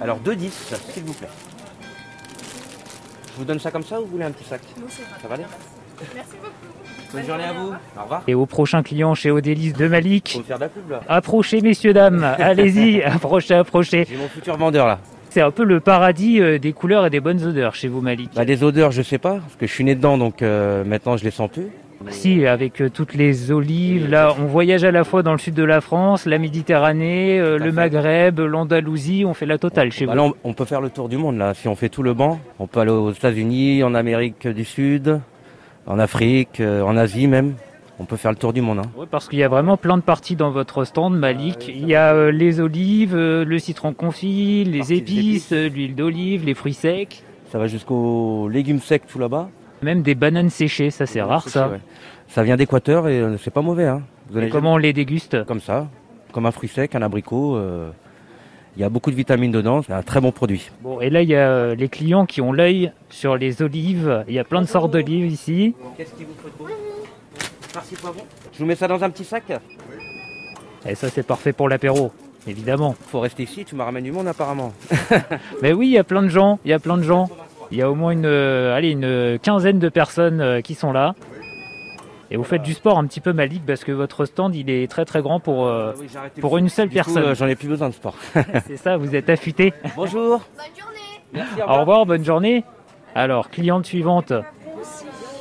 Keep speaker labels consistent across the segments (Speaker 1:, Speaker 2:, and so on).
Speaker 1: Alors 2 10, s'il vous plaît. Je vous donne ça comme ça ou vous voulez un petit sac Ça va aller
Speaker 2: Merci beaucoup.
Speaker 1: Bonne journée à vous. Au revoir.
Speaker 3: Et au prochain client chez Odélis de Malik.
Speaker 1: Faut me faire de la pub là.
Speaker 3: Approchez, messieurs, dames. Allez-y, approchez, approchez.
Speaker 1: J'ai mon futur vendeur là.
Speaker 3: C'est un peu le paradis euh, des couleurs et des bonnes odeurs chez vous, Malik.
Speaker 1: Bah, des odeurs, je sais pas, parce que je suis né dedans, donc euh, maintenant je les sens plus.
Speaker 3: Si, avec euh, toutes les olives, là, on voyage à la fois dans le sud de la France, la Méditerranée, euh,
Speaker 1: Tout à
Speaker 3: le
Speaker 1: fait.
Speaker 3: Maghreb, l'Andalousie, on fait la totale chez
Speaker 1: Bah
Speaker 3: vous.
Speaker 1: là, on, on peut faire le tour du monde là. Si on fait tout le banc, on peut aller aux États-Unis, en Amérique du Sud, en Afrique, euh, en Asie même. On peut faire le tour du monde. hein.
Speaker 3: Ouais, parce qu'il y a vraiment plein de parties dans votre stand, Malik. Il y a euh, les olives, euh, le citron confit, les
Speaker 1: Parties
Speaker 3: épices,
Speaker 1: épices.
Speaker 3: euh, l'huile d'olive, les fruits secs,
Speaker 1: Ça va jusqu'aux légumes secs tout là-bas.
Speaker 3: même des bananes séchées, ça c'est rare ça.
Speaker 1: Ouais. Ça vient d'Équateur et euh, c'est pas mauvais. Hein. Vous
Speaker 3: Et
Speaker 1: allez-
Speaker 3: comment on les déguste
Speaker 1: Ah, Comme ça, comme un fruit sec, un abricot. euh, Il y a beaucoup de vitamines dedans. C'est un très bon produit.
Speaker 3: Bon, et là, il y a euh, les clients qui ont l'œil sur les olives. Il y a plein de sortes d'olives ici.
Speaker 1: Qu'est-ce qu'il vous faut de beau Merci, poivron. Je vous mets ça dans un petit sac.
Speaker 3: Et ça, c'est parfait pour l'apéro, évidemment.
Speaker 1: Faut rester ici. Tu m'as ramené du monde apparemment.
Speaker 3: Mais oui, il y a plein de gens, il y a plein de gens. Il y a au moins une, euh, allez, une quinzaine de personnes euh, qui sont là. Et vous faites du sport un petit peu Malik parce que votre stand il est très très grand pour euh,
Speaker 1: Ah Oui, j'ai arrêté
Speaker 3: pour
Speaker 1: le-
Speaker 3: une seule
Speaker 1: Du coup,
Speaker 3: personne.
Speaker 1: euh, J'en ai plus besoin de sport.
Speaker 3: c'est ça, vous êtes affûté.
Speaker 1: Bonjour.
Speaker 2: Bonne journée.
Speaker 1: Merci.
Speaker 3: Au revoir, bonne journée. Alors, cliente suivante,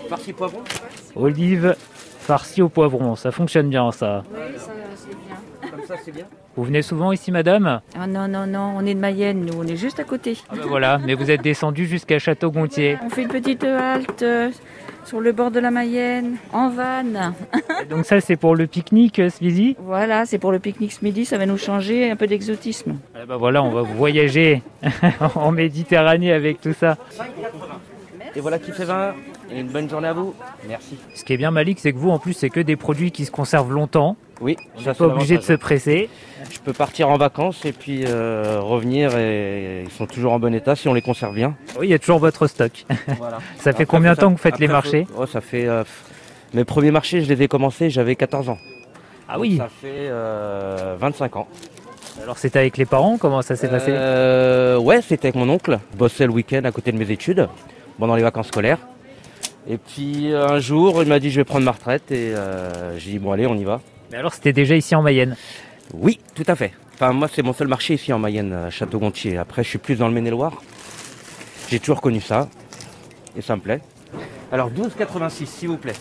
Speaker 1: Merci, poivron.
Speaker 3: olive farcie au poivron, ça fonctionne bien ça.
Speaker 4: Oui, ça, c'est bien.
Speaker 1: Comme ça, c'est bien.
Speaker 3: Vous venez souvent ici madame
Speaker 4: Ah non, non, non, on est de Mayenne, nous, on est juste à côté.
Speaker 3: Ah ben Voilà, mais vous êtes descendu jusqu'à Château-Gontier.
Speaker 4: On fait une petite halte euh, sur le bord de la Mayenne, en vanne.
Speaker 3: Donc ça c'est pour le pique-nique euh, ce midi
Speaker 4: Voilà, c'est pour le pique-nique ce midi, ça va nous changer un peu d'exotisme.
Speaker 3: Eh ben voilà, on va voyager en Méditerranée avec tout ça.
Speaker 1: Et voilà qui fait 20. Et une bonne journée à vous. Merci.
Speaker 3: Ce qui est bien Malik, c'est que vous en plus c'est que des produits qui se conservent longtemps.
Speaker 1: Oui,
Speaker 3: On
Speaker 1: ça,
Speaker 3: n'est
Speaker 1: c'est
Speaker 3: pas obligé de se
Speaker 1: l'avantage. hein.
Speaker 3: presser.
Speaker 1: Je peux partir en vacances et puis euh, revenir et ils sont toujours en bon état si on les conserve bien.
Speaker 3: Oui, il y a toujours votre stock.
Speaker 1: Voilà.
Speaker 3: Ça fait
Speaker 1: Après,
Speaker 3: combien de
Speaker 1: faut-
Speaker 3: temps que vous faites
Speaker 1: après,
Speaker 3: les marchés
Speaker 1: faut- oh, ça fait euh, pff, mes premiers marchés, je les ai commencés, j'avais 14 ans.
Speaker 3: Ah
Speaker 1: Donc,
Speaker 3: oui,
Speaker 1: Ça fait euh, 25 ans.
Speaker 3: alors c'était avec les parents, comment ça s'est passé
Speaker 1: Euh, Ouais, c'était avec mon oncle. Je bossais le week-end à côté de mes études, pendant les vacances scolaires. Et puis euh, un jour, il m'a dit je vais prendre ma retraite et euh, j'ai dit bon allez, on y va.
Speaker 3: Mais alors c'était déjà ici en Mayenne.
Speaker 1: Oui, tout à fait. Enfin, moi, c'est mon seul marché ici en Mayenne, à Château-Gontier. Après, je suis plus dans le Maine-et-Loire. J'ai toujours connu ça. Et ça me plaît. Alors, 12,86, s'il vous plaît.